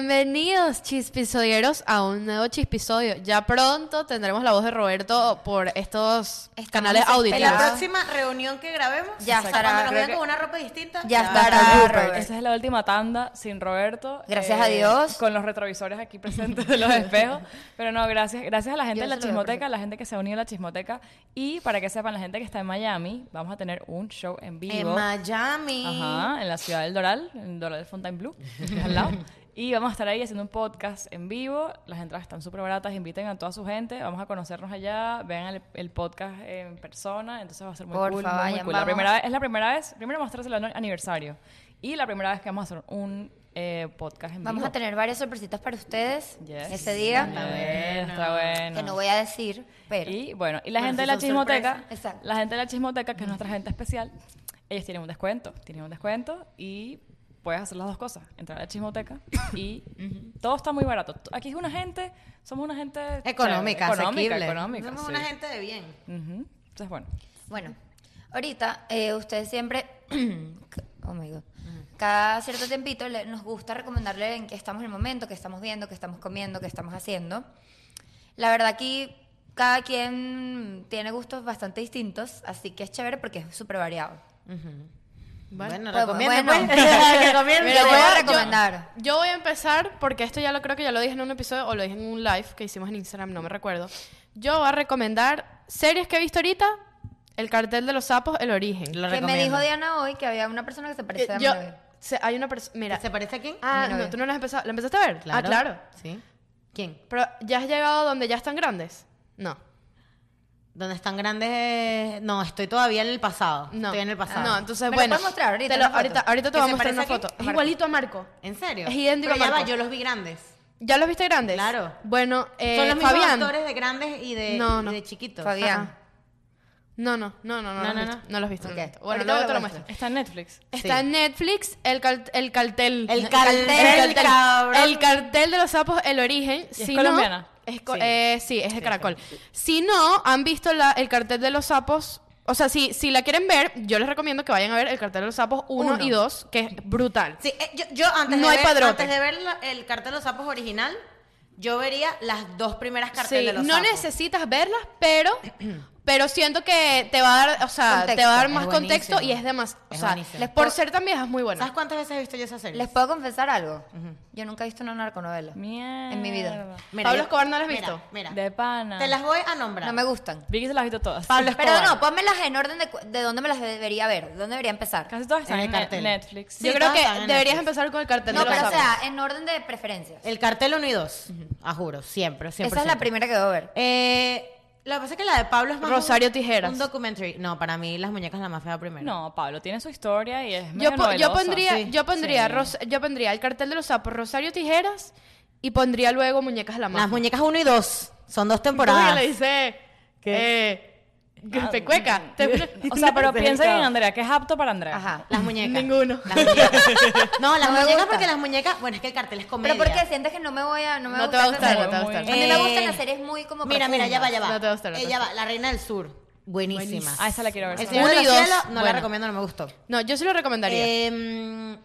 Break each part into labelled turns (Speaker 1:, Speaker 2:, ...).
Speaker 1: Bienvenidos chispisodieros a un nuevo chispisodio. Ya pronto tendremos la voz de Roberto por estos
Speaker 2: Estamos
Speaker 1: canales
Speaker 2: desesperados.
Speaker 3: En la
Speaker 1: auditivos.
Speaker 3: próxima reunión que grabemos,
Speaker 2: Ya
Speaker 3: cuando
Speaker 2: estará,
Speaker 3: nos
Speaker 2: creo
Speaker 3: vean
Speaker 2: que-
Speaker 3: con una ropa distinta,
Speaker 2: Ya estará.
Speaker 3: estará.
Speaker 2: Robert.
Speaker 4: Esta es la última tanda sin Roberto. eh,
Speaker 2: Gracias a Dios.
Speaker 4: Con los retrovisores aquí presentes de los espejos. Pero no, gracias, gracias a la gente
Speaker 2: Yo
Speaker 4: de la
Speaker 2: se lo doy,
Speaker 4: chismoteca, a la gente que se ha unido a la chismoteca. Y para que sepan, la gente que está en Miami, vamos a tener un show en vivo.
Speaker 3: En Miami.
Speaker 4: Ajá, en la ciudad del Doral, en Doral Fontainebleau, al lado. Y vamos a estar ahí haciendo un podcast en vivo. Las entradas están súper baratas. Inviten a toda su gente. Vamos a conocernos allá. Vean el, el podcast en persona. Entonces va a ser muy
Speaker 2: Porfa,
Speaker 4: cool. muy, muy
Speaker 2: vayan,
Speaker 4: cool. La
Speaker 2: vamos.
Speaker 4: primera vez- es la primera vez. Primero vamos a estar celebrando el aniversario. Y la primera vez que vamos a hacer un eh, podcast en
Speaker 2: Vamos
Speaker 4: vivo.
Speaker 2: a tener varias sorpresitas para ustedes
Speaker 4: Yes.
Speaker 2: ese día.
Speaker 4: Yes, Está bueno.
Speaker 2: Que no voy a decir, pero.
Speaker 4: Y bueno, y la
Speaker 3: Bueno,
Speaker 4: gente
Speaker 3: sí
Speaker 4: de la
Speaker 3: son
Speaker 4: chismoteca,
Speaker 2: sorpresas. Exacto.
Speaker 4: la gente de la chismoteca, que es nuestra gente especial, ellos tienen un descuento, tienen un descuento y puedes hacer las dos cosas, entrar a la chismoteca y todo está muy barato. T- Aquí es una gente, somos una gente chévere,
Speaker 3: Económica,
Speaker 4: económica,
Speaker 3: asequible.
Speaker 4: económica,
Speaker 3: Somos
Speaker 4: sí.
Speaker 3: una gente de bien.
Speaker 4: Ujú. Entonces bueno,
Speaker 2: Bueno, ahorita eh, ustedes siempre, oh my god,
Speaker 4: Mm.
Speaker 2: cada cierto tiempito le- nos gusta recomendarle en qué estamos en el momento, qué estamos viendo, qué estamos comiendo, qué estamos haciendo. La verdad aquí cada quien tiene gustos bastante distintos, así que es chévere porque es súper variado.
Speaker 3: Bueno,
Speaker 2: Pues,
Speaker 3: recomiendo.
Speaker 2: bueno.
Speaker 3: pues. Recomiendo.
Speaker 2: Mira, Te voy a
Speaker 1: yo-
Speaker 2: recomendar.
Speaker 1: Yo, voy a empezar porque esto ya lo creo que ya lo dije en un episodio o lo dije en un live que hicimos en Instagram, no me recuerdo. Yo voy a recomendar series que he visto ahorita, El cartel de los sapos, El origen. Eh,
Speaker 3: Lo
Speaker 2: que me
Speaker 3: recomiendo.
Speaker 2: dijo Diana hoy que había una persona que se parece a
Speaker 1: Yo-
Speaker 2: mi novio.
Speaker 1: se- hay una persona, mira,
Speaker 3: ¿Se parece a quién?
Speaker 1: ah,
Speaker 2: mi
Speaker 1: no,
Speaker 2: novio.
Speaker 1: tú no la has empezado, ¿la empezaste a ver? Ah, claro.
Speaker 3: Sí. ¿Quién?
Speaker 1: Pero ya has llegado donde ya están grandes? No.
Speaker 3: ¿Dónde están grandes? eh, No, estoy todavía en el pasado.
Speaker 1: No.
Speaker 3: Estoy en el pasado.
Speaker 1: No, entonces,
Speaker 2: ¿Me lo
Speaker 1: bueno.
Speaker 2: puedes mostrar ahorita
Speaker 1: te
Speaker 2: en
Speaker 1: lo-
Speaker 2: la foto?
Speaker 1: ahorita, ahorita te voy
Speaker 3: ¿Que
Speaker 1: a
Speaker 3: se
Speaker 1: mostrar
Speaker 3: parece
Speaker 1: una
Speaker 3: a quién?
Speaker 1: foto.
Speaker 3: A
Speaker 1: Es
Speaker 3: Marco.
Speaker 1: igualito a Marco.
Speaker 3: ¿En serio?
Speaker 1: Es idéntico
Speaker 3: Pero
Speaker 1: a
Speaker 3: ya va,
Speaker 1: Marco.
Speaker 3: yo los vi grandes.
Speaker 1: ¿Ya los viste grandes?
Speaker 3: Claro.
Speaker 1: Bueno, eh,
Speaker 3: Son los mismos
Speaker 1: Fabián.
Speaker 3: actores de grandes y de,
Speaker 1: No,
Speaker 3: y
Speaker 1: no.
Speaker 3: de chiquitos.
Speaker 2: Fabián.
Speaker 1: No, no, no, no, no,
Speaker 3: No,
Speaker 1: no,
Speaker 3: no,
Speaker 1: no, no los viste. no
Speaker 2: Ok.
Speaker 1: los viste. Bueno,
Speaker 2: Ahorita
Speaker 1: luego
Speaker 2: lo
Speaker 1: te lo
Speaker 2: muestro.
Speaker 1: muestro.
Speaker 4: está en Netflix.
Speaker 1: Está en Netflix el, cal- el cartel.
Speaker 3: El cartel,
Speaker 1: El cartel,
Speaker 3: cabrón.
Speaker 1: El cartel de los sapos, el origen.
Speaker 4: es
Speaker 1: si
Speaker 4: colombiana?
Speaker 1: No, es co-
Speaker 3: Sí.
Speaker 1: eh, sí, es de Caracol. Si no han visto la- el cartel de los sapos, o sea, si, si la quieren ver, yo les recomiendo que vayan a ver el cartel de los sapos 1
Speaker 2: Uno.
Speaker 1: y 2, que es brutal.
Speaker 3: Sí, eh, yo, yo antes,
Speaker 1: No hay
Speaker 3: de ver,
Speaker 1: padrote.
Speaker 3: antes de ver la- el cartel de los sapos original, yo vería las dos primeras cartel
Speaker 1: Sí,
Speaker 3: de los
Speaker 1: no
Speaker 3: sapos.
Speaker 1: necesitas verlas, pero pero siento que te va a dar, o sea,
Speaker 2: Contexto,
Speaker 1: te va a dar
Speaker 3: es
Speaker 1: más contexto y
Speaker 3: buenísimo.
Speaker 1: es de más, o
Speaker 3: Es
Speaker 1: sea,
Speaker 3: buenísimo.
Speaker 1: les- por ser tan vieja es muy
Speaker 3: ¿Sabes
Speaker 1: buena.
Speaker 3: cuántas veces he visto yo esa serie?
Speaker 2: Les puedo confesar algo. Yo nunca he visto una narconovela.
Speaker 4: Mierda.
Speaker 2: En mi vida.
Speaker 1: Pablo Escobar no la has
Speaker 3: mira,
Speaker 1: visto.
Speaker 3: Mira,
Speaker 4: De pana.
Speaker 3: te las voy a nombrar.
Speaker 2: No me gustan.
Speaker 4: Vicky se las ha visto todas.
Speaker 3: Pablo
Speaker 2: Pero
Speaker 3: Escobar.
Speaker 2: no, pónmelas en orden de, cu- de dónde me las debería ver, de dónde debería empezar.
Speaker 4: Casi todas están
Speaker 3: En el
Speaker 4: en, ne-
Speaker 3: cartel.
Speaker 4: Netflix.
Speaker 3: Sí,
Speaker 1: Yo creo
Speaker 3: todas
Speaker 1: que
Speaker 3: están en
Speaker 1: deberías
Speaker 3: Netflix.
Speaker 1: empezar con el cartel
Speaker 2: No,
Speaker 1: de los
Speaker 2: pero o
Speaker 1: sapos.
Speaker 2: sea, en orden de preferencias.
Speaker 3: El cartel 1 y 2. A juro, siempre, siempre.
Speaker 2: Esa es la primera que debo ver.
Speaker 3: Eh, lo que pasa es que la de Pablo es más.
Speaker 1: Rosario
Speaker 3: un-
Speaker 1: Tijeras.
Speaker 3: Un documentary. No, para mí, las muñecas la más fea primero.
Speaker 4: No, Pablo tiene su historia y es
Speaker 1: yo,
Speaker 4: medio
Speaker 1: po- yo
Speaker 4: novelosa.
Speaker 1: pondría,
Speaker 3: sí.
Speaker 1: yo pondría,
Speaker 4: Sí.
Speaker 1: Ros- yo pondría el cartel de los sapos, Rosario Tijeras y pondría luego muñecas de la
Speaker 3: Las
Speaker 1: mano.
Speaker 3: muñecas 1 y 2. Son dos
Speaker 1: ¿Cómo
Speaker 3: temporadas.
Speaker 1: que le dice?
Speaker 3: ¿Qué? Ah, mm,
Speaker 1: Eh, que te cueca. Te-
Speaker 4: O sea, pero piensen en Andrea, que es apto para Andrea.
Speaker 2: Ajá.
Speaker 3: Las muñecas.
Speaker 1: Ninguno.
Speaker 3: Las muñecas. No, las
Speaker 2: No me
Speaker 3: muñecas
Speaker 2: gusta.
Speaker 3: porque las muñecas. Bueno, es que el cartel es comedia.
Speaker 2: Pero porque sientes que no me voy a. No, me
Speaker 1: No te
Speaker 2: gusta
Speaker 1: va a
Speaker 2: esa
Speaker 1: gustar,
Speaker 2: serie?
Speaker 1: no te va a
Speaker 4: muy-
Speaker 1: gustar.
Speaker 2: A mí me
Speaker 3: Eh,
Speaker 2: gustan las series muy como.
Speaker 3: Mira, mira, ya va, ya va.
Speaker 1: No te gusta, no te
Speaker 3: Eh, ya
Speaker 1: gusta.
Speaker 3: va. La Reina del Sur. Buenísima.
Speaker 4: Ah, esa la quiero ver.
Speaker 3: El
Speaker 1: Señor Uno
Speaker 3: Señor de
Speaker 1: y
Speaker 3: los
Speaker 1: dos.
Speaker 3: Cielos, no la
Speaker 1: Bueno.
Speaker 3: recomiendo, no me gustó.
Speaker 1: No, yo sí lo recomendaría.
Speaker 3: Em,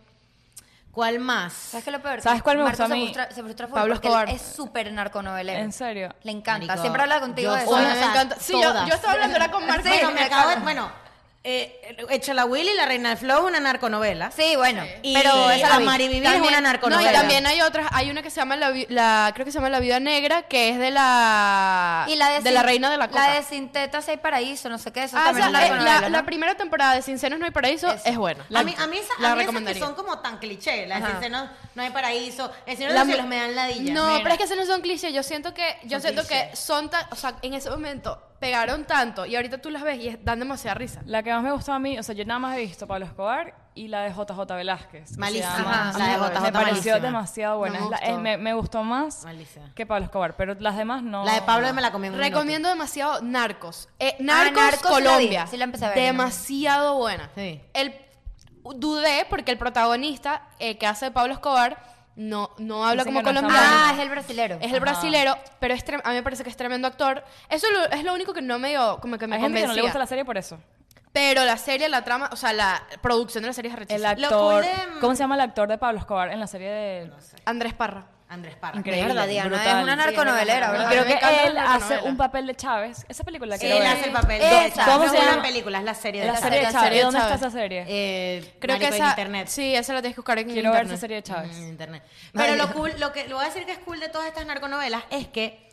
Speaker 3: ¿Cuál más?
Speaker 2: ¿Sabes qué es lo peor?
Speaker 4: ¿Sabes cuál me
Speaker 2: Marco
Speaker 4: gustó a
Speaker 2: se
Speaker 4: mí?
Speaker 2: frustra- se frustra full
Speaker 1: Pablo
Speaker 2: porque
Speaker 1: Escobar.
Speaker 2: él Es súper narconovelero.
Speaker 4: ¿En serio?
Speaker 2: Le encanta.
Speaker 3: Marico,
Speaker 2: Siempre habla contigo
Speaker 3: yo
Speaker 2: de eso.
Speaker 1: Uy,
Speaker 3: soy-
Speaker 2: O
Speaker 1: me
Speaker 2: sea,
Speaker 3: todas,
Speaker 1: encanta. Sí, yo,
Speaker 3: todas.
Speaker 1: yo estaba hablando era con Marco.
Speaker 2: Sí,
Speaker 3: bueno,
Speaker 2: me
Speaker 3: me
Speaker 2: acabo-
Speaker 3: acabo de. Bueno, eh, Echa la Willy, La Reina del Flow es una narconovela.
Speaker 2: Sí, bueno.
Speaker 3: Y
Speaker 2: Pero esa la vi.
Speaker 3: Amar y Vivir es una narconovela.
Speaker 1: No, y también hay otras. Hay una que se llama la, vi- la- creo que se llama La Vida Negra, que es de la
Speaker 2: Y la de,
Speaker 1: la
Speaker 2: Sin-
Speaker 1: Reina Ah, de la Coca.
Speaker 2: La de Sinteta Seis Paraíso, no sé qué. Eso
Speaker 1: Ah, o sea,
Speaker 2: también es
Speaker 1: eh, la,
Speaker 2: narconovela.
Speaker 1: la
Speaker 2: ¿no?
Speaker 1: primera temporada de Sin Senos No hay Paraíso es buena.
Speaker 3: a mí, a mí, esa- a
Speaker 1: la
Speaker 3: mí esas que
Speaker 1: recomendaría.
Speaker 3: son como tan cliché. La
Speaker 2: Ajá.
Speaker 3: de no, no hay paraíso. El Señor
Speaker 1: La
Speaker 3: de los
Speaker 1: mu-
Speaker 3: Cielos me dan ladilla.
Speaker 1: No,
Speaker 4: Mira.
Speaker 1: pero es que esos no son clichés. Yo siento que, yo
Speaker 3: Son
Speaker 1: siento que
Speaker 3: clichés.
Speaker 1: son tan, o sea, en ese momento pegaron tanto y ahorita tú las ves y es- dan demasiada risa.
Speaker 4: La que más me gustó a mí, o sea, yo nada más he visto Pablo Escobar y la de JJ Velázquez. que se
Speaker 3: Malísima.
Speaker 4: llama-
Speaker 2: Ajá,
Speaker 4: Me
Speaker 2: la de
Speaker 4: pareció-
Speaker 3: JJ
Speaker 4: Me pareció
Speaker 3: malísima.
Speaker 4: demasiado buena.
Speaker 1: No me
Speaker 4: Es la-
Speaker 3: eh,
Speaker 4: es-
Speaker 1: gustó.
Speaker 4: me, me gustó más
Speaker 3: Malísima.
Speaker 4: que Pablo Escobar, pero las demás no.
Speaker 3: La de Pablo me la comí en un
Speaker 1: Recomiendo demasiado Narcos. Eh,
Speaker 2: Ah,
Speaker 1: Narcos,
Speaker 2: Narcos sí la vi,
Speaker 1: Colombia.
Speaker 2: sí la empecé a ver,
Speaker 1: demasiado buena.
Speaker 3: Sí.
Speaker 1: El, dudé porque el protagonista eh, que hace de Pablo Escobar no, no habla
Speaker 4: Dicen
Speaker 1: como
Speaker 4: que no está
Speaker 1: colombiano.
Speaker 2: Ah, es el brasilero.
Speaker 1: Es el brasilero, pero es trem- a mí me parece que es tremendo actor. Eso lo- es lo único que no me dio, como que me
Speaker 4: Hay gente que no le
Speaker 1: convencía.
Speaker 4: gusta la serie por eso.
Speaker 1: Pero la serie, la trama, o sea, la producción de la serie es
Speaker 4: El
Speaker 1: arrechísima.
Speaker 4: actor.
Speaker 3: cool de-
Speaker 4: ¿Cómo se llama el actor de Pablo Escobar en la serie de.?
Speaker 1: Andrés Parra.
Speaker 3: Andrés Parra.
Speaker 4: Increíble.
Speaker 2: Mierda, Diana,
Speaker 4: brutal.
Speaker 2: es una
Speaker 4: Sí,
Speaker 2: narconovelera,
Speaker 1: es verdad.
Speaker 4: Y
Speaker 2: ¿verdad?
Speaker 4: creo
Speaker 1: Me
Speaker 4: que
Speaker 1: encanta
Speaker 4: él
Speaker 1: la
Speaker 4: hace
Speaker 1: novela.
Speaker 4: un papel de Chávez. Esa película
Speaker 3: Sí,
Speaker 4: quiero
Speaker 3: él
Speaker 4: ver.
Speaker 3: hace el papel.
Speaker 2: Esa.
Speaker 3: de hecho.
Speaker 4: ¿Cómo
Speaker 3: no
Speaker 4: se
Speaker 3: es
Speaker 4: llama?
Speaker 3: una película, es la serie de
Speaker 4: La
Speaker 2: Esa,
Speaker 4: serie de
Speaker 2: la
Speaker 4: Chávez.
Speaker 1: serie de
Speaker 4: ¿Dónde está
Speaker 1: Chávez.
Speaker 4: esa serie?
Speaker 3: Eh,
Speaker 1: Creo
Speaker 3: marico,
Speaker 1: que
Speaker 3: en
Speaker 1: esa.
Speaker 3: internet.
Speaker 1: Sí, esa la tienes que buscar en
Speaker 4: Quiero ver
Speaker 1: internet.
Speaker 4: esa serie de
Speaker 3: Mm,
Speaker 4: Chávez.
Speaker 3: en internet. Pero lo
Speaker 2: Marico.
Speaker 3: cool, lo que lo voy a decir que es cool de todas estas narconovelas es que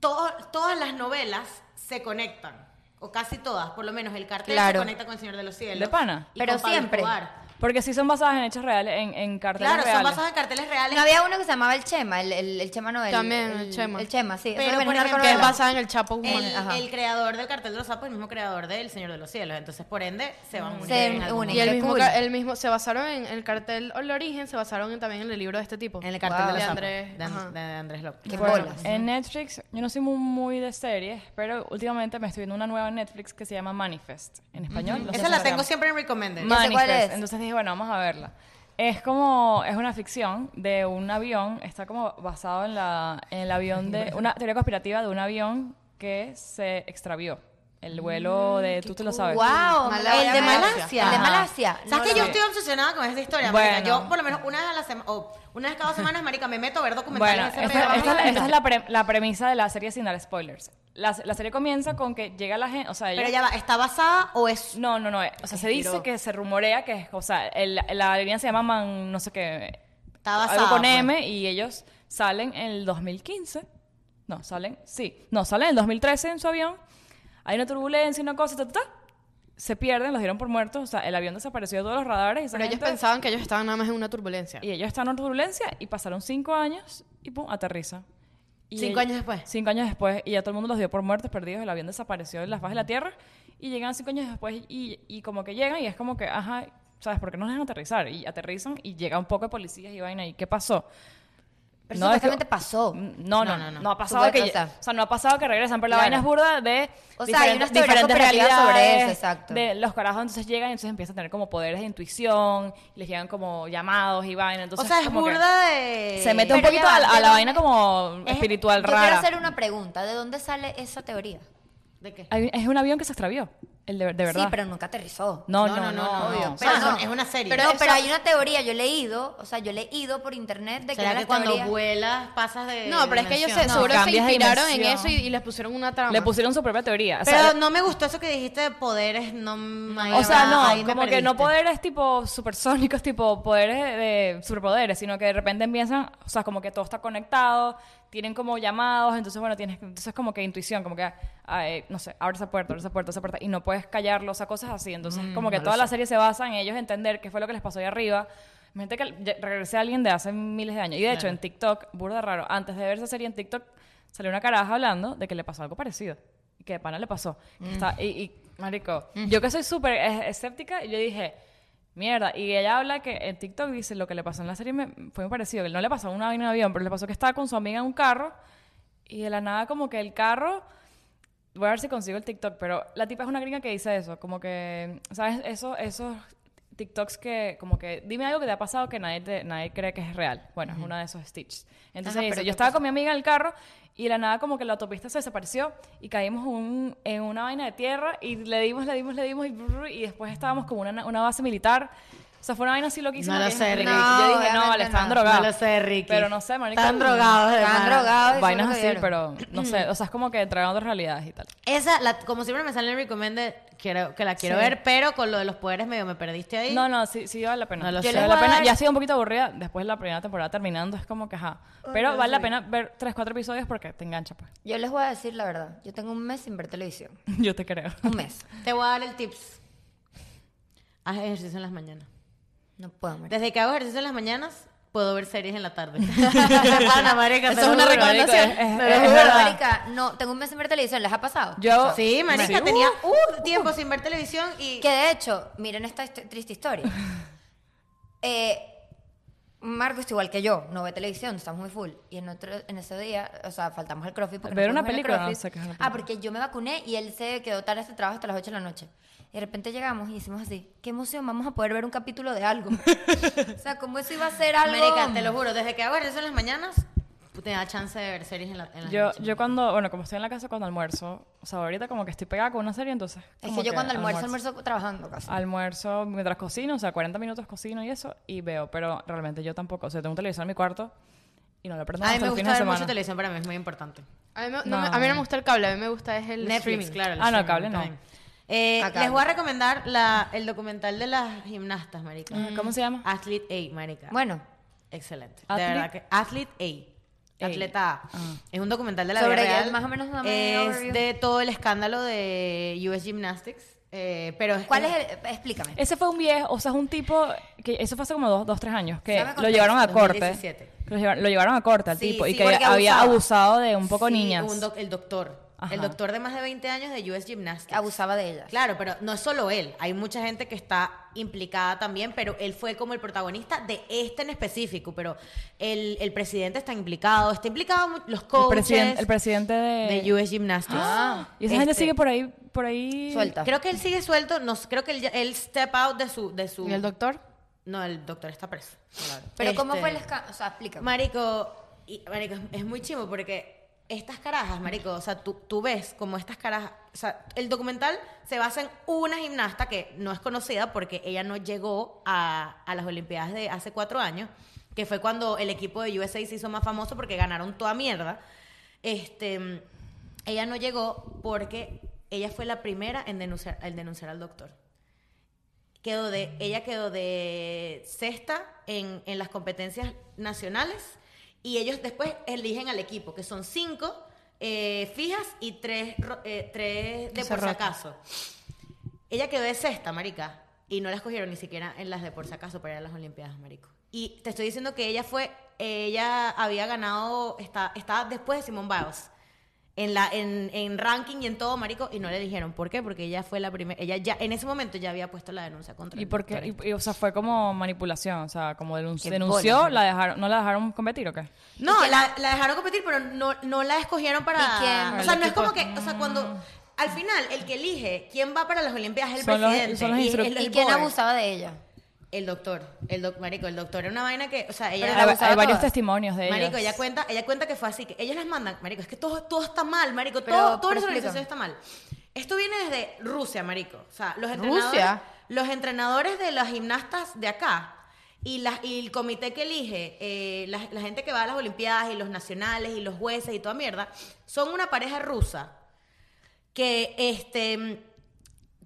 Speaker 3: todo- todas las novelas se conectan. O casi todas, por lo menos el cartel se
Speaker 2: Claro.
Speaker 3: conecta con Señor de los Cielos.
Speaker 4: De pana.
Speaker 3: y
Speaker 2: Pero
Speaker 3: con Pablo
Speaker 2: siempre.
Speaker 3: Escobar.
Speaker 4: Porque sí son basadas en hechos reales, en, en carteles
Speaker 3: Claro, son
Speaker 4: reales.
Speaker 3: basados en carteles reales.
Speaker 2: No había uno que se llamaba El Chema, el, el, el Chema no, el,
Speaker 1: También, el Chema.
Speaker 2: El Chema, sí. eso
Speaker 3: Pero,
Speaker 2: también
Speaker 3: por
Speaker 2: es
Speaker 3: ejemplo,
Speaker 1: Que
Speaker 2: narconovela.
Speaker 1: es basada en el Chapo Guzmán.
Speaker 3: el,
Speaker 2: ajá.
Speaker 3: el creador del cartel de los sapos es el mismo creador del Señor de los Cielos. Entonces, por ende, se van a unir.
Speaker 2: Se
Speaker 3: en algún
Speaker 2: unen.
Speaker 1: Y el
Speaker 2: Qué
Speaker 1: mismo,
Speaker 2: cool.
Speaker 1: ca- el mismo, se basaron en el cartel o el origen, se basaron en- también en el libro de este tipo.
Speaker 3: En el cartel
Speaker 2: Wow.
Speaker 3: de
Speaker 1: De
Speaker 3: los sapos.
Speaker 1: Andrés,
Speaker 3: de, An-
Speaker 1: ajá.
Speaker 3: de Andrés López.
Speaker 2: Qué
Speaker 4: Bueno,
Speaker 2: bolas.
Speaker 4: en Netflix, yo no soy mu- muy de series, pero últimamente me estoy viendo una nueva en Netflix que se llama Manifest, en español. no sé
Speaker 3: Esa
Speaker 4: si
Speaker 3: la
Speaker 4: se
Speaker 3: tengo
Speaker 4: llama.
Speaker 3: siempre en Recommended.
Speaker 2: Ma- sé cuál
Speaker 4: Manifest.
Speaker 2: es.
Speaker 4: Entonces dije, bueno, vamos a verla. Es como, es una ficción de un avión, está como basado en, la, en el avión de, una teoría conspirativa de un avión que se extravió. El vuelo de, tú te lo sabes.
Speaker 2: Wow,
Speaker 1: Malasia.
Speaker 2: el de Malasia. El de
Speaker 3: Ajá.
Speaker 2: Malasia.
Speaker 3: ¿Sabes que
Speaker 4: lo
Speaker 3: yo
Speaker 4: vi.
Speaker 3: estoy obsesionada con esta historia?
Speaker 4: Bueno.
Speaker 3: marica? Yo, por lo menos, una vez a la semana, o una vez cada dos semanas, marica, me meto a ver documentales.
Speaker 4: Bueno,
Speaker 3: de ese
Speaker 4: esta,
Speaker 3: pedo.
Speaker 4: esta es
Speaker 3: Vamos
Speaker 4: la-
Speaker 3: a-
Speaker 4: esta es la, pre- la premisa de la serie sin dar spoilers. La, la serie comienza con que llega la gente, o sea,
Speaker 3: Pero
Speaker 4: ellos-
Speaker 3: ya va, ¿está basada o es...?
Speaker 4: No, no, no. eh, O sea, se dice que se rumorea que es, o sea, el- la aerolínea se llama Man, no sé qué.
Speaker 3: Está basada,
Speaker 4: Algo con
Speaker 3: pues.
Speaker 4: M y ellos salen en el 2015. No, salen, sí. No, salen en el 2013 en su avión. Hay una turbulencia, una cosa, ta, ta, ta. Se pierden, los dieron por muertos. O sea, el avión desapareció de todos los radares. Y esa
Speaker 1: Pero ellos
Speaker 4: gente-
Speaker 1: pensaban que ellos estaban nada más en una turbulencia.
Speaker 4: Y ellos están en turbulencia y pasaron cinco años y pum, aterriza. Y
Speaker 3: Cinco
Speaker 4: ell-
Speaker 3: años después.
Speaker 4: Cinco años después y ya todo el mundo los dio por muertos, perdidos, el avión desapareció de la faz de la Tierra y llegan cinco años después y, y como que llegan y es como que, ajá, ¿sabes por qué no nos dejan aterrizar? Y aterrizan y llega un poco de policías y vaina y ¿qué pasó?
Speaker 2: Pero
Speaker 4: No, es que- Mm,
Speaker 2: supuestamente pasó.
Speaker 4: No, no, no, no,
Speaker 3: no.
Speaker 4: ha pasado que,
Speaker 2: Supuesto, o sea.
Speaker 4: o sea, no ha pasado que regresan, pero la
Speaker 2: Claro.
Speaker 4: vaina es burda de
Speaker 2: O sea, hay
Speaker 4: diferen-
Speaker 2: unas teorías cooperativas sobre eso, exacto.
Speaker 4: de los carajos entonces llegan y entonces empiezan a tener como poderes de intuición, y les llegan como llamados y vaina, entonces
Speaker 3: o sea, es
Speaker 4: como que
Speaker 3: burda de...
Speaker 4: se mete un
Speaker 2: Pero ya
Speaker 4: poquito a, la-
Speaker 2: va,
Speaker 4: a la
Speaker 2: ¿de
Speaker 4: vaina
Speaker 2: dónde?
Speaker 4: como
Speaker 2: Es-
Speaker 4: espiritual
Speaker 2: yo
Speaker 4: rara.
Speaker 2: quiero hacer una pregunta. ¿De dónde sale esa teoría?
Speaker 3: ¿De qué?
Speaker 4: Hay- Es un avión que se extravió, el de, de verdad.
Speaker 2: Sí, pero nunca aterrizó.
Speaker 4: no, no, no, no,
Speaker 3: obvio.
Speaker 4: no.
Speaker 3: Pero
Speaker 2: Ah,
Speaker 3: son-
Speaker 2: no.
Speaker 3: es una serie.
Speaker 2: Pero,
Speaker 3: Eso-
Speaker 2: pero hay una teoría, yo he leído, o sea, yo he leído por internet de que,
Speaker 3: ¿Será
Speaker 2: las
Speaker 3: que cuando
Speaker 2: teorías-
Speaker 3: vuelas pasas de
Speaker 1: No, pero es que ellos se,
Speaker 3: dimensión?
Speaker 1: seguro se
Speaker 4: cambias de
Speaker 1: inspiraron en eso
Speaker 4: dimensión.
Speaker 1: y, y les pusieron una trama.
Speaker 4: Le pusieron su propia teoría. O sea,
Speaker 3: Pero
Speaker 4: le-
Speaker 3: no me gustó eso que dijiste de poderes, no... me-
Speaker 4: o sea,
Speaker 3: ahí
Speaker 4: no,
Speaker 3: me
Speaker 4: como que no
Speaker 3: perdiste.
Speaker 4: poderes tipo supersónicos, tipo poderes de superpoderes, sino que de repente empiezan, o sea, como que todo está conectado, tienen como llamados, entonces bueno, tienes, entonces como que intuición, como que, ay, no sé, abre esa puerta, abre esa puerta, esa puerta, y no puedes callarlo, o sea, cosas así, entonces
Speaker 3: Mm,
Speaker 4: como que toda la serie se basa en ellos entender qué fue lo que les pasó ahí arriba. Imagínate que ya- regresé a alguien de hace miles de años, y de hecho en TikTok, burda raro, antes de ver esa serie en TikTok, salió una caraja hablando de que le pasó algo parecido, y que de pana le pasó, que está- y, y Marico, yo que soy súper es- escéptica, yo dije, mierda. Y ella habla que en TikTok dice lo que le pasó en la serie me, fue muy parecido. Que no le pasó una vaina en avión, pero le pasó que estaba con su amiga en un carro y de la nada como que el carro... Voy a ver si consigo el TikTok, pero la tipa es una gringa que dice eso. Como que, ¿sabes? Eso, esos TikToks que, como que, dime algo que te ha pasado que nadie, te- nadie cree que es real. Bueno, es uno de esos stitches. Entonces dice, yo estaba con mi amiga en el carro y de la nada como que la autopista se desapareció y caímos un- en una vaina de tierra y le dimos, le dimos, le dimos y, brr, y después estábamos como una, una base militar. O sea, fue una vaina así loquísima.
Speaker 3: No lo
Speaker 4: que-
Speaker 3: sé, Ricky.
Speaker 4: Yo dije, no,
Speaker 2: obviamente
Speaker 4: vale, estaban
Speaker 2: no.
Speaker 4: drogados.
Speaker 3: No lo sé, Ricky.
Speaker 4: Pero no sé, marico.
Speaker 3: Están drogados, de
Speaker 2: Estaban
Speaker 3: pana.
Speaker 2: drogados y eso es
Speaker 4: Vainas
Speaker 2: lo que
Speaker 4: así,
Speaker 2: vieron.
Speaker 4: pero no sé. O sea, es como que traen otras realidades y tal.
Speaker 3: Esa, la- como siempre me sale en Recommended, quiero, que la quiero
Speaker 4: Sí.
Speaker 3: ver, pero con lo de los poderes medio me perdiste ahí.
Speaker 4: No, no, sí, sí vale la pena.
Speaker 3: No lo
Speaker 4: Sí
Speaker 3: sé.
Speaker 2: Yo le
Speaker 4: vale la
Speaker 2: voy a
Speaker 4: pena.
Speaker 2: dar-
Speaker 4: Ya ha sido un poquito aburrida después de la primera temporada terminando, es como que ajá. Pero vale la pena ver tres, cuatro episodios porque te engancha, pues.
Speaker 2: Yo les voy a decir la verdad. Yo tengo un mes sin ver televisión.
Speaker 4: Yo te creo.
Speaker 2: Un mes.
Speaker 3: Te voy a dar el tips. Haz ejercicio en las mañanas.
Speaker 2: No puedo, marica.
Speaker 3: Desde que hago ejercicio en las mañanas, puedo ver series en la tarde. Ana, marica,
Speaker 1: Eso
Speaker 3: te
Speaker 1: es
Speaker 3: lo
Speaker 1: una
Speaker 3: juro.
Speaker 1: recomendación.
Speaker 4: marico, es- es-
Speaker 3: Te lo
Speaker 4: es
Speaker 3: juro.
Speaker 4: verdad.
Speaker 2: Marica, no, tengo un mes sin ver televisión. ¿Les ha pasado?
Speaker 4: Yo.
Speaker 3: Sí, marica,
Speaker 4: Sí.
Speaker 3: tenía uh, tiempo sin ver televisión y...
Speaker 2: Que de hecho, miren esta hist- triste historia. Eh, Marco está igual que yo, no ve televisión, estamos muy full. Y en otro, en ese día, o sea, faltamos al CrossFit porque no
Speaker 4: Ver una
Speaker 2: pudimos ir al
Speaker 4: película, no
Speaker 2: CrossFit.
Speaker 4: sé qué es una
Speaker 2: Ah,
Speaker 4: película.
Speaker 2: porque yo me vacuné y él se quedó tarde de trabajo hasta las 8 de la noche. Y de repente llegamos y hicimos así, qué emoción, vamos a poder ver un capítulo de algo. o sea, ¿cómo eso iba a ser algo?
Speaker 3: Marica, te lo juro, desde que hago ejercicio en las mañanas, te da chance de ver series en la en las
Speaker 4: Yo,
Speaker 3: noches.
Speaker 4: yo cuando, bueno, como estoy en la casa cuando almuerzo, o sea, ahorita como que estoy pegada con una serie, entonces...
Speaker 2: Es
Speaker 4: como
Speaker 2: que yo cuando almuerzo, almuerzo Ah, trabajando casi.
Speaker 4: Almuerzo mientras cocino, o sea, 40 minutos cocino y eso, y veo, pero realmente yo tampoco, o sea, tengo un televisor en mi cuarto y no lo prendo
Speaker 3: A mí
Speaker 4: hasta
Speaker 3: me
Speaker 4: el fin
Speaker 3: gusta
Speaker 4: de
Speaker 3: ver
Speaker 4: semana.
Speaker 3: mucho televisión, para mí es muy importante.
Speaker 1: A mí, me- no me-
Speaker 4: No.
Speaker 1: a mí no me gusta el cable, a mí me gusta es el
Speaker 3: Netflix,
Speaker 1: streaming.
Speaker 3: claro. el
Speaker 4: Ah, no,
Speaker 3: streaming
Speaker 4: cable no.
Speaker 3: también. Eh,
Speaker 2: Ah,
Speaker 3: les
Speaker 2: cable.
Speaker 3: voy a recomendar la, el documental de las gimnastas, marica.
Speaker 4: Ah, ¿Cómo se llama?
Speaker 3: Athlete A, marica.
Speaker 2: Bueno,
Speaker 3: Excelente.
Speaker 4: Athlete-
Speaker 3: De verdad que Athlete A.
Speaker 4: A.
Speaker 3: Atleta A. Es un documental de la
Speaker 2: Sobre
Speaker 3: vida
Speaker 2: ella,
Speaker 3: real.
Speaker 2: más o menos, dame
Speaker 3: Es
Speaker 2: overview.
Speaker 3: de todo el escándalo de US Gymnastics. eh, pero
Speaker 2: ¿cuál es el...? Explícame.
Speaker 4: Ese fue un viejo, o sea, es un tipo que eso fue hace como dos, dos tres años que
Speaker 2: Dame
Speaker 4: lo
Speaker 2: contexto,
Speaker 4: llevaron a corte.
Speaker 3: 2017.
Speaker 4: Lo llevaron, lo llevaron a corte al
Speaker 3: Sí,
Speaker 4: tipo y
Speaker 3: sí,
Speaker 4: que
Speaker 3: porque
Speaker 4: había
Speaker 3: abusaba.
Speaker 4: abusado de un poco
Speaker 3: Sí,
Speaker 4: niñas.
Speaker 3: un doc- el doctor.
Speaker 4: Ajá.
Speaker 3: El doctor de más de 20 años de US Gymnastics.
Speaker 2: Abusaba de ellas.
Speaker 3: Claro, pero no es solo él. Hay mucha gente que está implicada también, pero él fue como el protagonista de este en específico. Pero el, el presidente está implicado, está implicado mu- los
Speaker 4: el,
Speaker 3: coaches
Speaker 4: presidente, el presidente de,
Speaker 3: de US Gymnastics.
Speaker 2: Ah.
Speaker 4: Y esa gente
Speaker 3: Este,
Speaker 4: sigue por ahí, por ahí.
Speaker 2: Suelta.
Speaker 3: Creo que él sigue suelto. No, creo que él, ya- él step out de su, de su.
Speaker 1: ¿Y el doctor?
Speaker 3: No, el doctor está preso.
Speaker 2: Pero ¿cómo
Speaker 3: Este,
Speaker 2: fue el escándalo? O sea, explícame.
Speaker 3: Marico, y- marico, es- es muy chimo porque estas carajas, marico, o sea, tú, tú ves como estas carajas, o sea, el documental se basa en una gimnasta que no es conocida porque ella no llegó a, a las Olimpiadas de hace cuatro años, que fue cuando el equipo de USA se hizo más famoso porque ganaron toda mierda. Este, ella no llegó porque ella fue la primera en denunciar, en denunciar al doctor quedó de, ella quedó de sexta en, en las competencias nacionales y ellos después eligen al equipo, que son cinco eh, fijas y tres, ro- eh, tres de
Speaker 1: Se
Speaker 3: por si
Speaker 1: rota.
Speaker 3: acaso. Ella quedó de sexta, marica, y no la escogieron ni siquiera en las de por si acaso para ir a las Olimpiadas, marico. Y te estoy diciendo que ella fue, ella había ganado, está, estaba después de Simone Biles en la en, en ranking y en todo marico y no le dijeron por qué porque ella fue la primera ella ya en ese momento ya había puesto la denuncia contra
Speaker 4: Y
Speaker 3: el
Speaker 4: porque,
Speaker 3: doctor.
Speaker 4: y- y, o sea, fue como manipulación, o sea, como denun-
Speaker 2: Qué
Speaker 4: denunció,
Speaker 2: bola.
Speaker 4: la dejaron, no la dejaron competir o qué.
Speaker 3: no la, la dejaron competir pero no, no la escogieron para
Speaker 2: ¿Y quién?
Speaker 3: o sea
Speaker 2: El
Speaker 3: no es
Speaker 2: equipo-
Speaker 3: como que o sea cuando al final el que elige quién va para las olimpiadas es el
Speaker 4: Son los-
Speaker 3: presidente
Speaker 4: son los
Speaker 3: y es el-
Speaker 4: instruct-
Speaker 3: el
Speaker 2: ¿Y quién
Speaker 3: board.
Speaker 2: abusaba de ella?
Speaker 3: el doctor el doc marico el doctor era una vaina que o sea ella
Speaker 2: Pero
Speaker 4: Hay,
Speaker 2: la
Speaker 4: hay
Speaker 2: abusaba
Speaker 4: varios
Speaker 2: todas.
Speaker 4: testimonios de
Speaker 3: Marico,
Speaker 4: ellas.
Speaker 3: ella cuenta, ella cuenta que fue así, que ellas las mandan, Marico, es que todo, todo está mal, Marico,
Speaker 2: Pero-
Speaker 3: todo, toda
Speaker 2: pero
Speaker 3: la
Speaker 2: explícame.
Speaker 3: organización está mal. Esto viene desde Rusia, Marico. O sea, los entrenadores,
Speaker 1: ¿Rusia?
Speaker 3: los entrenadores de las gimnastas de acá y, las, y el comité que elige, eh, la, la gente que va a las Olimpiadas y los nacionales y los jueces y toda mierda, son una pareja rusa que este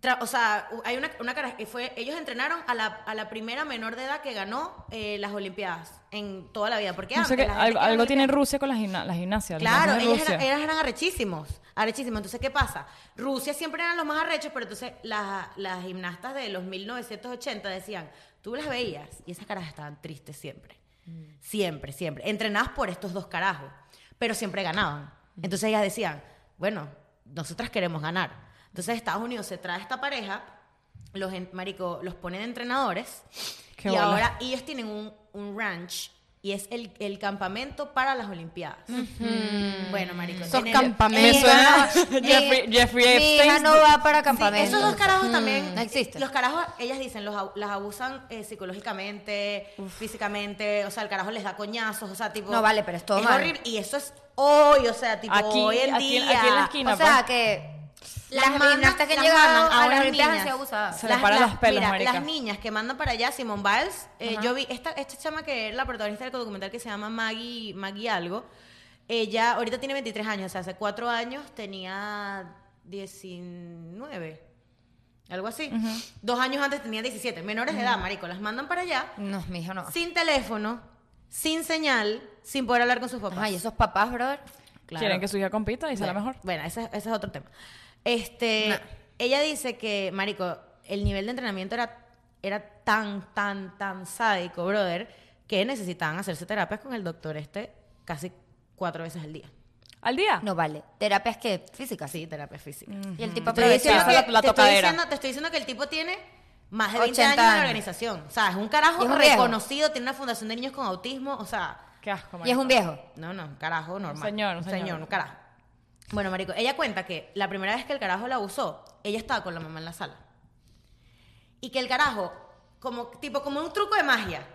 Speaker 3: tra- o sea, u- hay una, una cara, fue, ellos entrenaron a la, a la primera menor de edad que ganó eh, las Olimpiadas en toda la vida. Porque
Speaker 4: No sé
Speaker 3: antes
Speaker 4: qué,
Speaker 3: la gente que
Speaker 4: algo,
Speaker 3: iba a
Speaker 4: algo tiene
Speaker 3: Olimpiadas-
Speaker 4: Rusia con las gimna- las gimnasias. las
Speaker 3: Claro,
Speaker 4: gimnasias de
Speaker 3: ellas eran,
Speaker 4: Rusia.
Speaker 3: ellas eran arrechísimos, arrechísimos. Entonces, ¿qué pasa? Rusia siempre eran los más arrechos, pero entonces las, las gimnastas de los 1980 decían, tú las veías y esas caras estaban tristes siempre.
Speaker 4: Mm.
Speaker 3: Siempre, siempre. Entrenadas por estos dos carajos, pero siempre ganaban.
Speaker 4: Mm.
Speaker 3: Entonces ellas decían, bueno, nosotras queremos ganar. Entonces Estados Unidos se trae a esta pareja, los, en- marico, los pone de entrenadores
Speaker 4: Qué
Speaker 3: y
Speaker 4: bola.
Speaker 3: ahora ellos tienen un, un ranch y es el, el campamento para las Olimpiadas. Bueno, marico.
Speaker 1: Esos
Speaker 3: en el-
Speaker 1: campamentos.
Speaker 2: Mi
Speaker 4: Me
Speaker 2: hija
Speaker 4: suena
Speaker 2: no- mi-
Speaker 4: Jeffrey- Jeffrey
Speaker 2: Mi hija
Speaker 4: Epstein.
Speaker 2: no va para
Speaker 3: Sí,
Speaker 2: campamento.
Speaker 3: esos dos carajos también.
Speaker 2: No existe.
Speaker 3: Los carajos, ellas dicen, los, abu- las abusan eh, psicológicamente, físicamente, o sea, el carajo les da coñazos, o sea, tipo.
Speaker 2: No, vale, pero es todo
Speaker 3: Es
Speaker 2: mal.
Speaker 3: horrible. Y eso es hoy, o sea, tipo,
Speaker 4: Aquí-
Speaker 3: hoy en
Speaker 4: aquí en-
Speaker 3: día.
Speaker 4: aquí en la esquina.
Speaker 2: O sea, que pues. las
Speaker 3: mandan-
Speaker 2: gimnastas que han
Speaker 3: las
Speaker 2: llegado
Speaker 3: mandan
Speaker 2: a las
Speaker 3: ahora
Speaker 2: Olimpiadas han
Speaker 3: niñas.
Speaker 2: sido abusadas.
Speaker 4: Se le paran los pelos,
Speaker 3: mira,
Speaker 4: marica.
Speaker 3: las niñas que mandan para allá, Simone Biles, eh, yo vi, esta, esta chama que es la protagonista del documental que se llama Maggie, Maggie algo, ella ahorita tiene 23 años, o sea, hace 4 años tenía 19, algo así. Dos años antes tenía 17, menores de edad, marico, las mandan para allá
Speaker 2: No, mi hija no. va.
Speaker 3: sin teléfono, sin señal, sin poder hablar con sus papás.
Speaker 2: Ay, esos papás, brother.
Speaker 3: Claro.
Speaker 4: Quieren que su hija compita y sea la
Speaker 3: Bueno,
Speaker 4: mejor.
Speaker 3: Bueno, ese, ese es otro tema. Este,
Speaker 2: Nah.
Speaker 3: ella dice que, marico, el nivel de entrenamiento era, era tan, tan, tan sádico, brother, que necesitaban hacerse terapias con el doctor este casi cuatro veces al día.
Speaker 4: ¿Al día?
Speaker 2: No vale. Terapias que físicas.
Speaker 3: Casi terapias físicas.
Speaker 2: Y el tipo
Speaker 4: Estoy diciendo
Speaker 2: aprovechaba.
Speaker 4: que- la
Speaker 3: te, estoy
Speaker 4: tocadera.
Speaker 3: diciendo, te estoy diciendo que el tipo tiene más de 20 años,
Speaker 2: 80
Speaker 3: en
Speaker 2: años.
Speaker 3: la organización. O sea, es un carajo
Speaker 2: Y es un viejo.
Speaker 3: reconocido, tiene una fundación de niños con autismo, o sea...
Speaker 4: Qué asco, marica.
Speaker 2: Y es un viejo.
Speaker 3: No, no, un carajo normal.
Speaker 4: señor, un señor.
Speaker 3: un carajo. Bueno, marico, ella cuenta que la primera vez que el carajo la abusó, ella estaba con la mamá en la sala. Y que el carajo, como, tipo, como un truco de magia,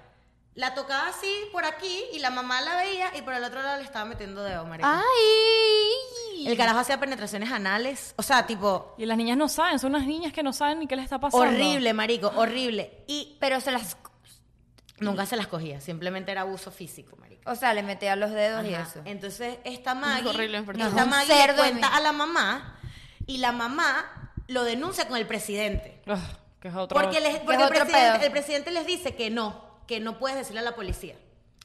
Speaker 3: La tocaba así por aquí y la mamá la veía y por el otro lado le estaba metiendo dedo, marico.
Speaker 1: Ah. ¡Ay!
Speaker 3: El carajo hacía penetraciones anales. O sea, tipo,
Speaker 4: Y las niñas no saben, son unas niñas que no saben ni qué les está pasando.
Speaker 3: horrible, marico, horrible. Y
Speaker 2: Pero se las...
Speaker 3: nunca se las cogía, simplemente era abuso físico, marico.
Speaker 2: O sea, le metía los dedos y
Speaker 3: Ajá.
Speaker 2: eso.
Speaker 3: Entonces, esta Maggie,
Speaker 1: horrible, porque
Speaker 2: es
Speaker 3: esta
Speaker 2: un
Speaker 3: Maggie le
Speaker 2: cerdo de
Speaker 3: cuenta
Speaker 2: mí.
Speaker 3: a la mamá y la mamá lo denuncia con el presidente.
Speaker 4: Ugh, que es otro.
Speaker 3: Porque, les-
Speaker 2: es
Speaker 3: porque el,
Speaker 2: otro
Speaker 3: presidente,
Speaker 2: pedo.
Speaker 3: el presidente les dice que no, que no puedes decirle a la policía.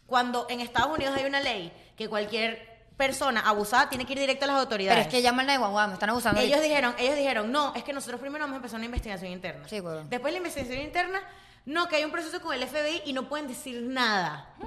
Speaker 3: Cuando en Estados Unidos hay una ley que cualquier persona abusada tiene que ir directo a las
Speaker 2: Pero
Speaker 3: autoridades.
Speaker 2: es que llaman la de guagua, me están abusando.
Speaker 3: ellos
Speaker 2: ahorita.
Speaker 3: dijeron, ellos dijeron, no, es que nosotros primero vamos a empezar una investigación interna.
Speaker 2: Sí, huevón.
Speaker 3: Después la investigación interna, no, que hay un proceso con el FBI y no pueden decir nada.
Speaker 2: Mm.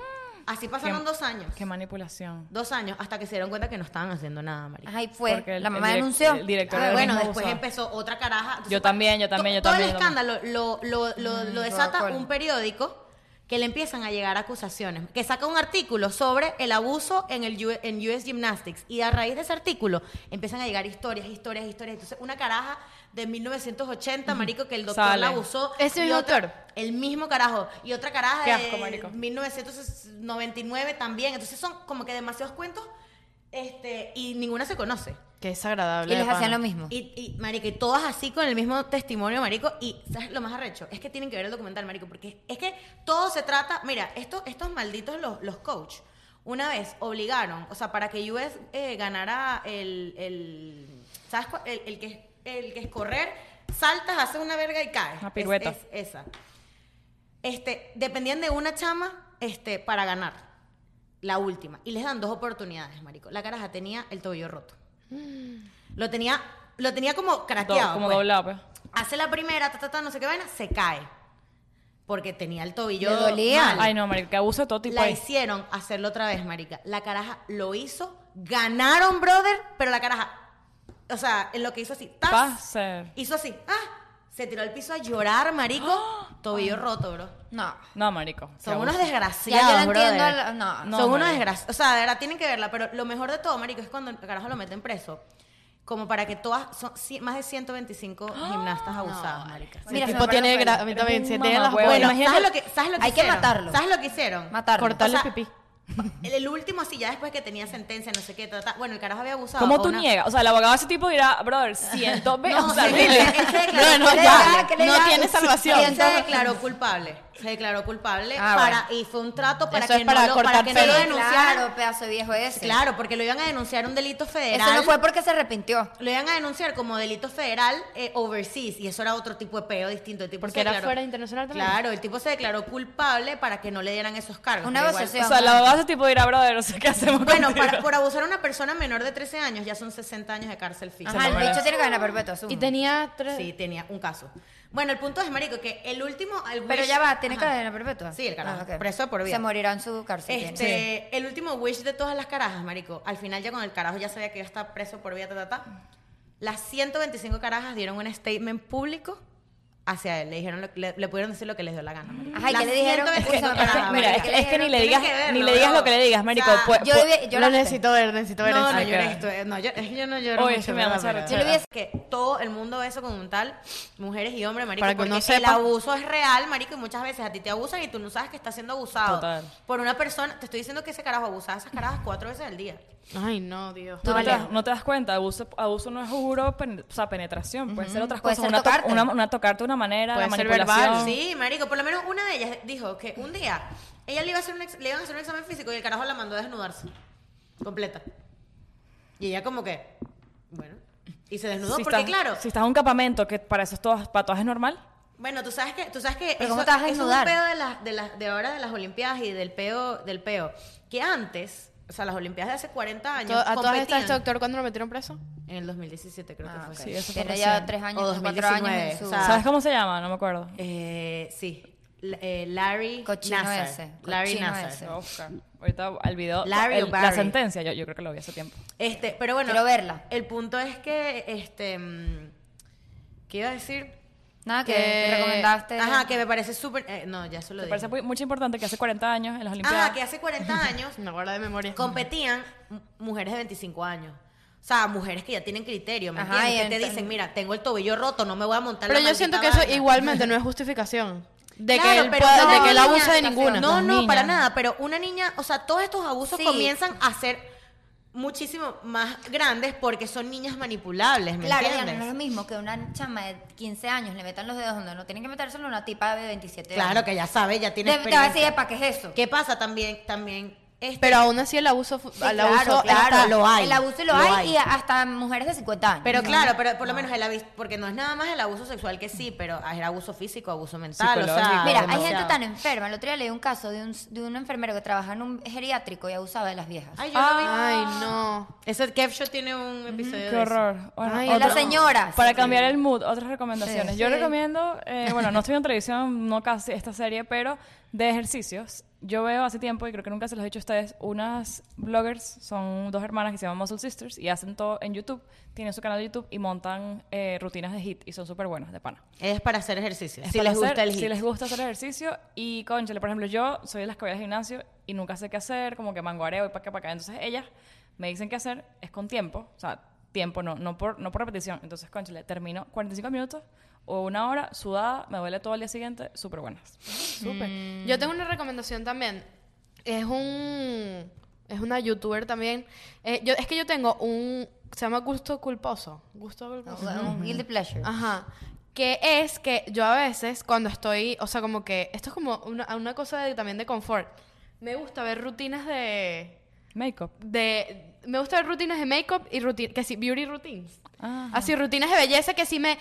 Speaker 3: Así pasaron
Speaker 4: Qué-
Speaker 3: dos años.
Speaker 4: Qué manipulación.
Speaker 3: Dos años, hasta que se dieron cuenta que no estaban haciendo nada, marica.
Speaker 2: Ay, fue.
Speaker 4: Porque el-
Speaker 2: la
Speaker 4: el
Speaker 2: mamá
Speaker 4: direc-
Speaker 2: denunció.
Speaker 4: el director
Speaker 3: Ah,
Speaker 4: era
Speaker 3: bueno,
Speaker 4: mismo
Speaker 3: después
Speaker 4: abusado.
Speaker 3: empezó otra caraja. Entonces,
Speaker 4: Yo también, yo también, yo
Speaker 3: to-
Speaker 4: también, yo
Speaker 3: Todo el
Speaker 4: también.
Speaker 3: escándalo lo, lo, lo, lo desata
Speaker 2: guacol.
Speaker 3: un periódico que le empiezan a llegar acusaciones, que saca un artículo sobre el abuso en el U- en US Gymnastics y a raíz de ese artículo empiezan a llegar historias, historias, historias. Entonces, una caraja de 1980, marico, que el doctor
Speaker 4: Sale.
Speaker 3: la abusó.
Speaker 1: Ese
Speaker 3: y
Speaker 1: mismo
Speaker 3: otra-
Speaker 1: doctor.
Speaker 3: El mismo carajo. Y otra caraja
Speaker 4: Qué asco,
Speaker 3: de
Speaker 4: marico.
Speaker 3: 1999 también. Entonces, son como que demasiados cuentos este y ninguna se conoce.
Speaker 1: Qué desagradable.
Speaker 2: Y les
Speaker 1: de
Speaker 2: hacían
Speaker 1: pana.
Speaker 2: lo mismo.
Speaker 3: Y, y, marico, y todas así con el mismo testimonio, marico. Y ¿sabes lo más arrecho? Es que tienen que ver el documental, marico, porque es que todo se trata... Mira, estos, estos malditos los, los coach, una vez obligaron, o sea, para que US eh, ganara el... el ¿Sabes cuál? El, el que, es- el que es correr, saltas, haces una verga y caes.
Speaker 4: Una pirueta.
Speaker 3: Es- es esa. Este, dependían de una chama este, para ganar. La última. Y les dan dos oportunidades, marico. La caraja tenía el tobillo roto. Lo tenía, lo tenía como
Speaker 4: Do-
Speaker 3: craqueado.
Speaker 4: como
Speaker 3: pues.
Speaker 4: doblado, pues.
Speaker 3: Hace la primera, ta, ta, ta, no sé qué vaina, se cae. Porque tenía el tobillo.
Speaker 2: Le dolía.
Speaker 3: mal.
Speaker 4: Ay, no, marica, que abuso de todo tipo.
Speaker 3: La
Speaker 4: ahí.
Speaker 3: hicieron hacerlo otra vez, marica. La caraja lo hizo, ganaron, brother, pero la caraja, o sea, en lo que hizo así, tas,
Speaker 4: Pase.
Speaker 3: hizo así, ah, se tiró al piso a llorar, marico, tobillo roto, bro.
Speaker 2: No.
Speaker 4: No, marico. qué
Speaker 3: Son
Speaker 4: abuso.
Speaker 3: unos
Speaker 2: Ya yo
Speaker 3: desgraciados,
Speaker 2: la entiendo.
Speaker 3: brother.
Speaker 2: la- No,
Speaker 4: No,
Speaker 2: no.
Speaker 3: Son unos
Speaker 4: marico.
Speaker 3: desgraciados. O sea, de verdad, tienen que verla. Pero lo mejor de todo, marico, es cuando el carajo lo meten preso. Como para que todas... Son ci- más de 125 gimnastas abusadas, marica.
Speaker 1: El
Speaker 2: Mira, se me
Speaker 1: tipo
Speaker 2: fueron
Speaker 1: tiene...
Speaker 2: los
Speaker 1: gra-
Speaker 2: pelos.
Speaker 1: A mí
Speaker 4: Eres
Speaker 1: también.
Speaker 4: un
Speaker 1: Se tiene las
Speaker 4: mamagüevo.
Speaker 1: huevas.
Speaker 3: Bueno,
Speaker 4: imagínate-
Speaker 3: ¿sabes lo que, ¿sabes lo que
Speaker 2: hay que
Speaker 3: hicieron?
Speaker 2: matarlo.
Speaker 3: ¿Sabes lo que hicieron?
Speaker 2: Matarlo.
Speaker 1: Cortarle
Speaker 3: O sea,
Speaker 1: pipí.
Speaker 3: El, el último, así, ya después que tenía sentencia, no sé qué, ta, ta. bueno, el carajo había abusado.
Speaker 4: ¿Cómo
Speaker 3: a
Speaker 4: tú
Speaker 3: una-
Speaker 4: niegas? O sea, el abogado de ese tipo dirá, brother, siento.
Speaker 3: No,
Speaker 4: o sea,
Speaker 3: sí,
Speaker 4: horrible.
Speaker 3: él se declaró-
Speaker 1: No, no,
Speaker 3: él se
Speaker 1: ya.
Speaker 3: declaró-
Speaker 1: No tiene salvación.
Speaker 3: Él se declaró culpable. Se declaró culpable
Speaker 2: Ah,
Speaker 3: para,
Speaker 2: bueno.
Speaker 3: y fue un trato para
Speaker 1: Eso
Speaker 3: que
Speaker 1: es
Speaker 3: no
Speaker 1: para
Speaker 3: lo, para
Speaker 1: cortar
Speaker 3: que no
Speaker 1: pelo.
Speaker 3: lo
Speaker 1: Sí,
Speaker 3: denunciaran.
Speaker 2: Claro, pedazo de viejo ese.
Speaker 3: Claro, porque lo iban a denunciar un delito federal.
Speaker 2: Eso no fue porque se arrepintió.
Speaker 3: Lo iban a denunciar como delito federal eh, overseas y eso era otro tipo de peo distinto. El tipo
Speaker 1: Porque
Speaker 3: se
Speaker 1: era
Speaker 3: declaró-
Speaker 1: fuera internacional también.
Speaker 3: Claro, el tipo se declaró culpable para que no le dieran esos cargos.
Speaker 2: Una
Speaker 3: pero igual-
Speaker 2: negociación.
Speaker 4: O sea, el abogado de ese tipo dirá, brother, o sea, ¿qué hacemos
Speaker 3: Bueno,
Speaker 4: contigo?
Speaker 3: para- por abusar a una persona menor de 13 años ya son 60 años de cárcel fija.
Speaker 2: Ajá, el
Speaker 4: lo merece.
Speaker 2: bicho tiene cadena perpetua. asumo.
Speaker 1: Y tenía tres...
Speaker 3: Sí, tenía un caso. Bueno, el punto es, marico, que el último... el
Speaker 2: Pero
Speaker 3: wish-
Speaker 2: ya va, tiene
Speaker 3: Ajá.
Speaker 2: cadena perpetua.
Speaker 3: Sí, el carajo.
Speaker 2: Ah, ok.
Speaker 3: Preso por vida.
Speaker 2: Se morirá en su cárcel. tiene.
Speaker 3: Este, el último wish de todas las carajas, marico. Al final ya con el carajo ya sabía que iba a estar preso por vía ta, ta, ta. Las 125 carajas dieron un statement público hacia él. Le dijeron, lo- le, le pudieron decir lo que les dio la gana. marico.
Speaker 2: Ajá, ¿y
Speaker 3: Las
Speaker 2: qué le dijeron?
Speaker 3: 125
Speaker 2: Es que-
Speaker 3: carajas,
Speaker 2: es que-
Speaker 4: Mira,
Speaker 3: marico.
Speaker 4: es que, es que ni le
Speaker 3: Tienes
Speaker 4: digas,
Speaker 3: que verlo,
Speaker 4: ni le digas
Speaker 3: bro.
Speaker 4: lo que le digas,
Speaker 3: O
Speaker 4: marico.
Speaker 3: sea,
Speaker 4: pues-
Speaker 2: Yo
Speaker 4: pues-
Speaker 2: viví-
Speaker 1: Lo
Speaker 2: lloraste.
Speaker 1: necesito ver, necesito ver.
Speaker 3: No, no
Speaker 1: eso.
Speaker 3: lloré
Speaker 4: ok.
Speaker 3: esto. eh, No, yo, es que yo no lloro
Speaker 4: Oye, es
Speaker 3: mucho,
Speaker 4: que me da
Speaker 3: ¿verdad?
Speaker 4: mucha
Speaker 3: Pero-
Speaker 4: rechera.
Speaker 2: Yo le hubiese-
Speaker 3: que todo el mundo eso con un tal, mujeres y hombres, marico,
Speaker 1: Para que
Speaker 3: porque
Speaker 1: uno
Speaker 3: el
Speaker 1: sepa.
Speaker 3: abuso es real, marico, y muchas veces a ti te abusan y tú no sabes que estás siendo abusado
Speaker 4: Total.
Speaker 3: por una persona. Te estoy diciendo que ese carajo abusaba a esas carajas cuatro veces al día.
Speaker 1: Ay, no, Dios.
Speaker 4: Tú no,
Speaker 2: vale.
Speaker 4: te das, no te das cuenta, abuso, abuso no es juro, pen- o sea, penetración, puede ser otras
Speaker 2: puede
Speaker 4: cosas,
Speaker 2: ser
Speaker 4: una, to-
Speaker 2: tocarte.
Speaker 4: una, una tocarte de una manera,
Speaker 1: Puede
Speaker 4: la
Speaker 1: ser
Speaker 4: manipulación.
Speaker 2: Ah.
Speaker 1: verbal,
Speaker 3: Sí, marico, por lo menos una de ellas dijo que un día ella le iba a hacer un ex- le iban a hacer un examen físico y el carajo la mandó a desnudarse completa. Y ella como que, bueno, y se desnudó
Speaker 4: Si
Speaker 3: porque
Speaker 4: estás-
Speaker 3: claro,
Speaker 4: Si estás en un campamento, que para eso es todo, para todas es normal.
Speaker 3: Bueno, tú sabes que, tú sabes que
Speaker 2: Pero ¿cómo te vas a
Speaker 3: eso es un
Speaker 2: desnudar?
Speaker 3: peo de, las, de, las, de ahora de las Olimpiadas y del peo, del peo. Que antes, o sea, las Olimpiadas de hace 40 años
Speaker 1: ¿A todas estas,
Speaker 3: competían
Speaker 1: este doctor cuándo lo metieron preso?
Speaker 3: en el 2017 creo
Speaker 2: Ah,
Speaker 3: que
Speaker 2: ok.
Speaker 3: fue.
Speaker 4: Sí, eso fue
Speaker 2: Tiene
Speaker 4: recién.
Speaker 2: ya tres años,
Speaker 3: O
Speaker 2: cuatro años
Speaker 3: 2019,
Speaker 2: en su...
Speaker 3: o sea, Ah.
Speaker 4: ¿Sabes cómo se llama? No me acuerdo.
Speaker 3: Eh, sí, L- eh, Larry
Speaker 2: Cochino
Speaker 3: Nassar.
Speaker 2: ese,
Speaker 3: Larry
Speaker 2: cochino
Speaker 3: Nassar.
Speaker 2: ese.
Speaker 4: Voy a buscar. Ahorita al video,
Speaker 3: Larry
Speaker 4: el- la
Speaker 3: O'Barry.
Speaker 4: sentencia, yo, yo creo que lo vi hace tiempo.
Speaker 3: Este, pero bueno,
Speaker 2: Quiero verla.
Speaker 3: el punto es que, este, mm, ¿qué iba a decir?
Speaker 2: Nada, que
Speaker 1: Que-
Speaker 2: te recomendaste.
Speaker 3: Ajá, que me parece súper, eh, no, ya se lo
Speaker 4: Me
Speaker 3: dije.
Speaker 4: parece muy, mucho importante que hace 40 años en las Olimpiadas.
Speaker 3: Ajá, que hace 40 años
Speaker 1: Me acuerdo de memoria.
Speaker 3: competían mu- mujeres de 25 años. O sea, mujeres que ya tienen criterio, ¿me
Speaker 2: Ajá,
Speaker 3: entiendes?
Speaker 2: y
Speaker 3: Que te
Speaker 2: enten-
Speaker 3: dicen, mira, tengo el tobillo roto, no me voy a montar
Speaker 1: Pero
Speaker 3: la
Speaker 1: yo siento que
Speaker 3: maldita
Speaker 1: eso
Speaker 3: vaina".
Speaker 1: igualmente no es justificación. De que
Speaker 3: Claro,
Speaker 1: él,
Speaker 3: pero
Speaker 1: pueda-
Speaker 3: no,
Speaker 1: de que él
Speaker 3: niña,
Speaker 1: abusa de
Speaker 2: está feo.
Speaker 1: ninguna.
Speaker 3: No,
Speaker 4: Las
Speaker 3: no,
Speaker 4: niñas.
Speaker 3: para nada. Pero una niña, o sea, todos estos abusos
Speaker 2: Sí.
Speaker 3: comienzan a ser muchísimo más grandes porque son niñas manipulables, ¿me
Speaker 2: Claro, ya no
Speaker 3: entiendes?
Speaker 2: es lo mismo que una chama de 15 años le metan los dedos donde no tienen que metérselo a una tipa de 27
Speaker 3: Claro
Speaker 2: años.
Speaker 3: que ya sabe, ya tiene
Speaker 2: Te- Te va a decir,
Speaker 3: experiencia.
Speaker 2: ¿para qué es eso?
Speaker 3: ¿Qué pasa también? También este-
Speaker 1: Pero aún así el abuso, fu-
Speaker 2: Sí,
Speaker 1: al
Speaker 2: claro,
Speaker 1: abuso
Speaker 2: claro.
Speaker 1: hasta
Speaker 3: lo hay,
Speaker 2: El abuso lo,
Speaker 3: lo
Speaker 2: hay,
Speaker 3: hay.
Speaker 2: y hasta mujeres de 50 años.
Speaker 3: Pero
Speaker 2: No,
Speaker 3: claro,
Speaker 2: no.
Speaker 3: pero por lo menos el abuso, porque no es nada más el abuso sexual que sí, pero es el abuso físico, abuso mental, o sea,
Speaker 4: Psicológico.
Speaker 2: Mira, hay
Speaker 3: demasiado.
Speaker 2: gente tan enferma. El otro día leí un caso de un, de un enfermero que trabajaba en un geriátrico y abusaba de las viejas.
Speaker 3: Ay, yo lo vi.
Speaker 1: Ay, no.
Speaker 3: Ese Kev Show tiene un episodio
Speaker 4: Qué
Speaker 3: de eso.
Speaker 4: horror. Bueno,
Speaker 1: Ay,
Speaker 2: Y las
Speaker 1: Otro-
Speaker 2: señoras.
Speaker 4: Para cambiar el mood, otras recomendaciones.
Speaker 2: Sí.
Speaker 4: Yo
Speaker 2: Sí.
Speaker 4: recomiendo, eh, bueno, no estoy en televisión, no casi esta serie, pero de ejercicios. Yo veo hace tiempo, y creo que nunca se los he dicho a ustedes, unas bloggers, son dos hermanas que se llaman Muscle Sisters y hacen todo en YouTube. Tienen su canal de YouTube y montan eh, rutinas de hit y son súper buenas, de pana.
Speaker 3: Es para hacer ejercicio.
Speaker 4: Es
Speaker 3: si
Speaker 4: para
Speaker 3: les gusta
Speaker 4: hacer-
Speaker 3: el hit.
Speaker 4: Si les gusta hacer ejercicio y, conchale, por ejemplo, yo soy de las que voy al gimnasio y nunca sé qué hacer, como que manguareo y para acá, para acá. Entonces ellas me dicen qué hacer, es con tiempo, o sea, tiempo no, no por, no por repetición. Entonces, conchale, termino 45 minutos o una hora sudada, me duele todo el día siguiente, súper buenas. Súper.
Speaker 3: Mm.
Speaker 1: Yo tengo una recomendación también. Es un. Es una youtuber también. Eh, yo, es que yo tengo un. Se llama Gusto Culposo. Gusto Culposo.
Speaker 2: Un guilty pleasure.
Speaker 1: Ajá. Que es que yo a veces, cuando estoy. O sea, como que. Esto es como una, una cosa de- también de confort. Me gusta ver rutinas de.
Speaker 4: Makeup.
Speaker 1: de me gusta ver rutinas de makeup y rutin, que sí, beauty routines.
Speaker 4: Ajá.
Speaker 1: Así rutinas de belleza que sí me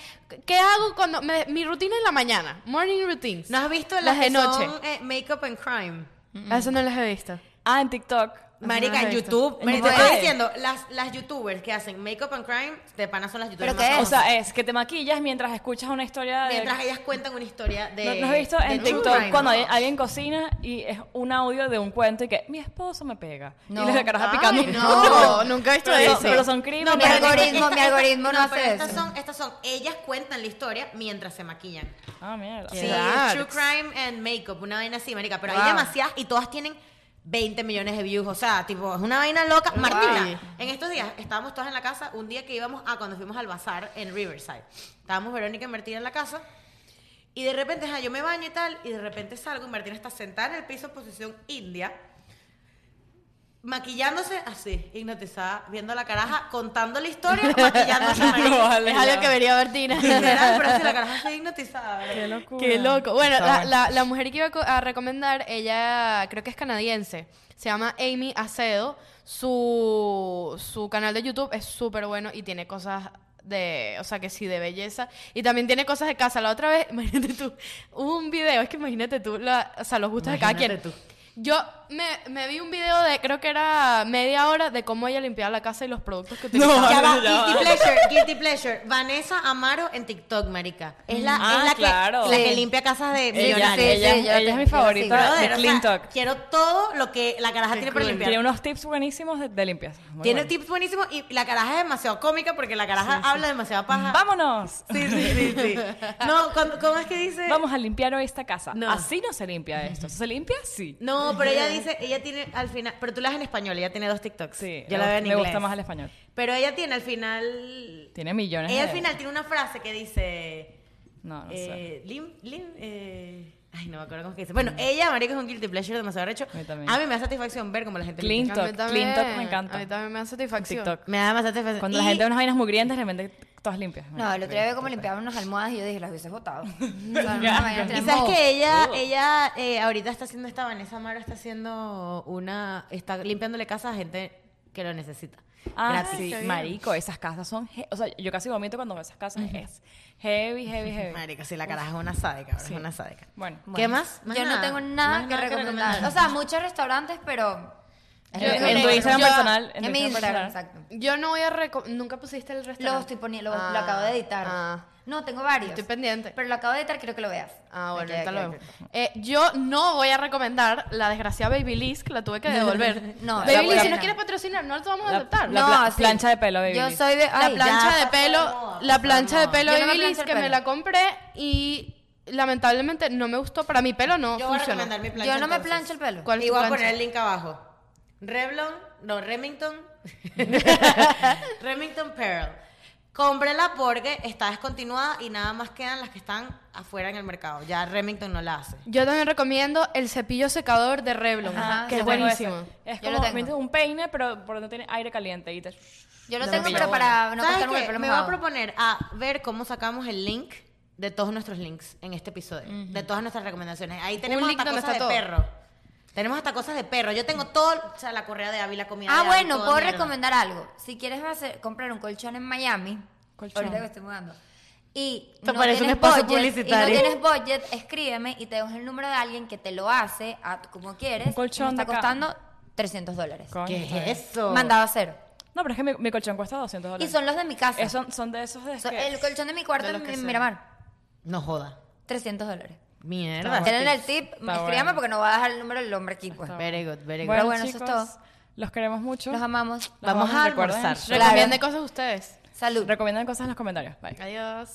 Speaker 1: ¿qué hago cuando me- mi rutina en la mañana? Morning routines.
Speaker 3: ¿No has visto las,
Speaker 1: las de
Speaker 3: que
Speaker 1: noche?
Speaker 3: son, eh, Makeup and Crime?
Speaker 1: A Eso no las he visto.
Speaker 4: Ah, en TikTok.
Speaker 3: Marica,
Speaker 1: no
Speaker 3: en
Speaker 1: las he visto.
Speaker 3: YouTube.
Speaker 4: En
Speaker 3: Mari, te
Speaker 4: YouTube.
Speaker 3: estoy
Speaker 4: Ay.
Speaker 3: diciendo, las, las youtubers que hacen Makeup and Crime, de pana son las youtubers
Speaker 2: ¿Pero
Speaker 3: más
Speaker 2: qué
Speaker 4: O
Speaker 2: es?
Speaker 3: famosas.
Speaker 4: sea, es que te maquillas mientras escuchas una historia de...
Speaker 3: Mientras ellas cuentan una historia de.
Speaker 4: ¿No, no has visto
Speaker 3: de
Speaker 4: en
Speaker 3: true
Speaker 4: TikTok
Speaker 3: crime,
Speaker 4: cuando
Speaker 3: ¿no?
Speaker 4: hay- alguien cocina y es un audio de un cuento y que mi esposo me pega?
Speaker 2: No.
Speaker 4: Y le caraja
Speaker 3: Ay,
Speaker 4: picando.
Speaker 1: no, nunca he visto
Speaker 4: Pero
Speaker 1: eso.
Speaker 4: son- Pero son crímenes.
Speaker 2: Mi algoritmo, mi algoritmo no
Speaker 3: pero
Speaker 2: hace
Speaker 3: estas
Speaker 2: eso.
Speaker 3: Son, estas son, ellas cuentan la historia mientras se maquillan.
Speaker 4: Ah, mierda.
Speaker 3: Sí,
Speaker 1: Darks.
Speaker 3: True Crime and Makeup, una vaina así, marica. Pero
Speaker 1: Wow.
Speaker 3: hay demasiadas y todas tienen 20 millones de views. O sea, tipo, es una vaina loca. Martina, en estos días estábamos todas en la casa, un día que íbamos a cuando fuimos al bazar en Riverside. Estábamos Verónica y Martina en la casa. Y de repente, ajá, yo me baño y tal, y de repente salgo y Martina está sentada en el piso en posición india, maquillándose así, hipnotizada, viendo a la caraja, contando la historia, maquillándose. marica.
Speaker 4: No, vale.
Speaker 1: es algo que vería Bertina.
Speaker 3: Literal, pero así la caraja está hipnotizada. ¿verdad?
Speaker 4: Qué locura.
Speaker 1: Qué loco. Bueno,
Speaker 4: Está
Speaker 1: la,
Speaker 4: bueno.
Speaker 1: la- la mujer que iba a co- a recomendar, ella creo que es canadiense. Se llama Amy Acedo. Su, su canal de YouTube es súper bueno y tiene cosas de, o sea, que sí, de belleza. Y también tiene cosas de casa. La otra vez, imagínate tú, hubo un video, es que imagínate tú, la- o sea, los gustos de cada
Speaker 3: Imagínate
Speaker 1: quien.
Speaker 3: tú.
Speaker 1: Yo me, me vi un video de, creo que era media hora, de cómo ella limpiaba la casa y los productos que utilizaba.
Speaker 3: Ya va,
Speaker 4: Ya va.
Speaker 3: guilty pleasure, guilty pleasure. Vanessa Amaro en TikTok, marica. Es la,
Speaker 4: Ah,
Speaker 3: es la, que,
Speaker 4: claro.
Speaker 3: la
Speaker 2: Sí.
Speaker 3: que limpia casas de
Speaker 4: Ella, ella,
Speaker 3: millonarios.
Speaker 2: sí, yo
Speaker 4: ella
Speaker 2: te-
Speaker 4: es mi
Speaker 2: yo
Speaker 4: favorita
Speaker 2: sí.
Speaker 3: Brother,
Speaker 4: de
Speaker 3: o sea,
Speaker 4: Clean Talk.
Speaker 3: Quiero todo lo que la caraja tiene para limpiar.
Speaker 4: Tiene unos tips buenísimos de, de limpieza. Muy
Speaker 3: tiene
Speaker 4: bueno.
Speaker 3: tips buenísimos y la caraja es demasiado cómica porque la caraja habla demasiado paja.
Speaker 4: ¡Vámonos!
Speaker 3: Sí, sí, sí, sí. No, ¿cómo, cómo es que dice?
Speaker 4: Vamos a limpiar hoy esta casa.
Speaker 3: No.
Speaker 4: Así no se limpia esto. ¿Se limpia? Sí.
Speaker 3: No, pero ella dice, ella tiene al final, pero tú la ves en español, ella tiene dos TikToks.
Speaker 4: Sí,
Speaker 3: yo
Speaker 4: me
Speaker 3: la veo en
Speaker 4: gusta-
Speaker 3: inglés.
Speaker 4: Me gusta más el español.
Speaker 3: Pero ella tiene al final,
Speaker 4: Tiene millones
Speaker 3: ella al
Speaker 4: de-
Speaker 3: final tiene una frase que dice,
Speaker 4: No, no sé.
Speaker 3: Eh, Lim, Lim, eh, ay, no me acuerdo cómo es que dice. Bueno, ella, marico, es un guilty pleasure demasiado recho.
Speaker 4: A mí también.
Speaker 3: A mí me da satisfacción ver cómo la gente
Speaker 4: Clean
Speaker 3: critica.
Speaker 1: A mí
Speaker 4: Talk. Clean Talk me encanta.
Speaker 1: A mí también me da satisfacción.
Speaker 4: TikTok.
Speaker 3: Me da más satisfacción.
Speaker 4: Cuando
Speaker 3: Eh, Y
Speaker 4: la gente ve unas vainas mugrientas, de repente todas limpias.
Speaker 2: No, el otro día vi cómo limpiaban unas almohadas y yo dije, las hubiese botado. O sea, no, mañana
Speaker 3: Y
Speaker 2: tenemos-
Speaker 3: sabes que ella, ella eh, ahorita está haciendo esta, Vanessa Mara está haciendo una, está limpiándole casa a gente que lo necesita.
Speaker 4: Ah,
Speaker 3: Gratis.
Speaker 4: sí, marico, esas casas son... he- O sea, yo casi vomito cuando veo esas casas. Es heavy, heavy, heavy.
Speaker 3: Marica, si la caraja es una sádica, ahora
Speaker 4: Sí.
Speaker 3: es una sádica.
Speaker 4: Bueno.
Speaker 3: ¿Qué más? Más
Speaker 2: Yo no
Speaker 3: nada.
Speaker 2: tengo nada,
Speaker 3: Más
Speaker 2: que, recomendar.
Speaker 3: recomendar.
Speaker 2: O sea, muchos restaurantes, pero... es
Speaker 4: Yo-
Speaker 2: lo que
Speaker 4: en
Speaker 2: me-
Speaker 4: tu Instagram
Speaker 2: Yo-
Speaker 4: personal, en
Speaker 2: En,
Speaker 4: tu
Speaker 2: mi Instagram,
Speaker 4: Instagram personal.
Speaker 2: exacto.
Speaker 1: Yo no voy a reco- nunca pusiste el restaurante.
Speaker 2: Lo estoy poniendo, lo, lo
Speaker 1: Ah,
Speaker 2: acabo de editar.
Speaker 1: ah.
Speaker 2: No, tengo varios.
Speaker 1: Estoy pendiente.
Speaker 2: Pero lo acabo de editar, quiero que lo veas.
Speaker 1: Ah, bueno,
Speaker 2: Ok,
Speaker 1: ahorita
Speaker 2: ok,
Speaker 1: lo
Speaker 2: ok.
Speaker 1: vemos. Eh, yo no voy a recomendar la desgraciada Baby Liz, que la tuve que devolver.
Speaker 2: No,
Speaker 1: Baby
Speaker 2: la
Speaker 1: Liz,
Speaker 2: buena.
Speaker 1: si nos quieres patrocinar, no lo vamos a
Speaker 4: La-
Speaker 1: aceptar.
Speaker 4: la
Speaker 1: no,
Speaker 4: pla-
Speaker 2: sí.
Speaker 4: plancha de pelo, baby.
Speaker 2: Yo soy de...
Speaker 1: la
Speaker 2: ay,
Speaker 1: plancha
Speaker 2: ya.
Speaker 1: de pelo, la plancha de pelo
Speaker 2: Yo no me
Speaker 1: Baby Liz
Speaker 2: plancho el
Speaker 1: que me
Speaker 2: pelo.
Speaker 1: la compré y lamentablemente no me gustó. Para mi pelo no
Speaker 3: Yo voy a
Speaker 1: funciona.
Speaker 3: recomendar mi plancha.
Speaker 2: Yo no me
Speaker 3: entonces.
Speaker 2: plancho el pelo.
Speaker 1: ¿Cuál es
Speaker 3: Y
Speaker 1: tu
Speaker 3: voy a
Speaker 1: plancha?
Speaker 3: poner el link abajo. Revlon, no, Remington. Remington Pearl. Cómprela porque está descontinuada y nada más quedan las que están afuera en el mercado. Ya Remington no la hace.
Speaker 1: Yo también recomiendo el cepillo secador de Revlon,
Speaker 2: Ajá,
Speaker 1: que
Speaker 2: yo
Speaker 1: es
Speaker 2: tengo
Speaker 1: buenísimo.
Speaker 4: Es
Speaker 2: Yo
Speaker 4: como
Speaker 2: lo tengo.
Speaker 4: mientras un peine, pero por donde tiene aire caliente. Y te...
Speaker 2: Yo lo
Speaker 1: No,
Speaker 2: tengo,
Speaker 1: pero
Speaker 2: pero
Speaker 1: bueno.
Speaker 2: para Ah, no
Speaker 3: ¿Sabes
Speaker 2: gastarme
Speaker 3: qué?
Speaker 2: el pelo
Speaker 3: Me voy a
Speaker 2: mojado.
Speaker 3: proponer a ver cómo sacamos el link de todos nuestros links en este episodio, de todas nuestras recomendaciones. Ahí tenemos
Speaker 1: link
Speaker 3: hasta
Speaker 1: donde
Speaker 3: cosas de
Speaker 1: está todo.
Speaker 3: perro. Tenemos hasta cosas de perro. Yo tengo todo, o sea, la correa de Abby, la comida de
Speaker 2: Ah,
Speaker 3: Abby,
Speaker 2: bueno,
Speaker 3: toda
Speaker 2: puedo
Speaker 3: mierda.
Speaker 2: recomendar algo. Si quieres hacer- comprar un colchón en Miami,
Speaker 4: Colchón.
Speaker 2: ahorita que estoy mudando, y
Speaker 3: Esto
Speaker 2: no,
Speaker 3: parece un
Speaker 2: tienes
Speaker 3: espacio
Speaker 2: budget,
Speaker 3: publicitario.
Speaker 2: y no tienes budget, escríbeme y te dejo el número de alguien que te lo hace a, como quieres.
Speaker 4: Un colchón
Speaker 2: Me
Speaker 4: de
Speaker 2: está
Speaker 4: acá.
Speaker 2: costando 300 dólares.
Speaker 4: Coño,
Speaker 3: ¿Qué
Speaker 4: está bien.
Speaker 3: es eso?
Speaker 2: Mandado a cero.
Speaker 4: No, pero es que mi, mi colchón cuesta 200
Speaker 2: Y
Speaker 4: dólares.
Speaker 2: son los de mi casa.
Speaker 4: Eh, son, son de esos de...
Speaker 2: So-
Speaker 4: que-
Speaker 2: el colchón de mi cuarto
Speaker 1: de
Speaker 2: en
Speaker 1: los que
Speaker 2: en
Speaker 1: sé.
Speaker 2: Miramar,
Speaker 3: No joda.
Speaker 2: 300 dólares.
Speaker 3: Mierda.
Speaker 2: Tienen el tip,
Speaker 4: bueno.
Speaker 2: escríbame porque no va a dejar el número del hombre aquí. Pues.
Speaker 4: Está
Speaker 3: Very good, very good.
Speaker 4: Bueno,
Speaker 2: Pero bueno, eso es
Speaker 4: chicos,
Speaker 2: todo.
Speaker 4: los queremos mucho.
Speaker 2: Los amamos.
Speaker 4: Los
Speaker 3: Vamos a
Speaker 4: recuerden-
Speaker 3: almorzar.
Speaker 1: Recomienden cosas ustedes.
Speaker 2: Salud.
Speaker 4: Recomienden cosas en los comentarios. Bye.
Speaker 1: Adiós.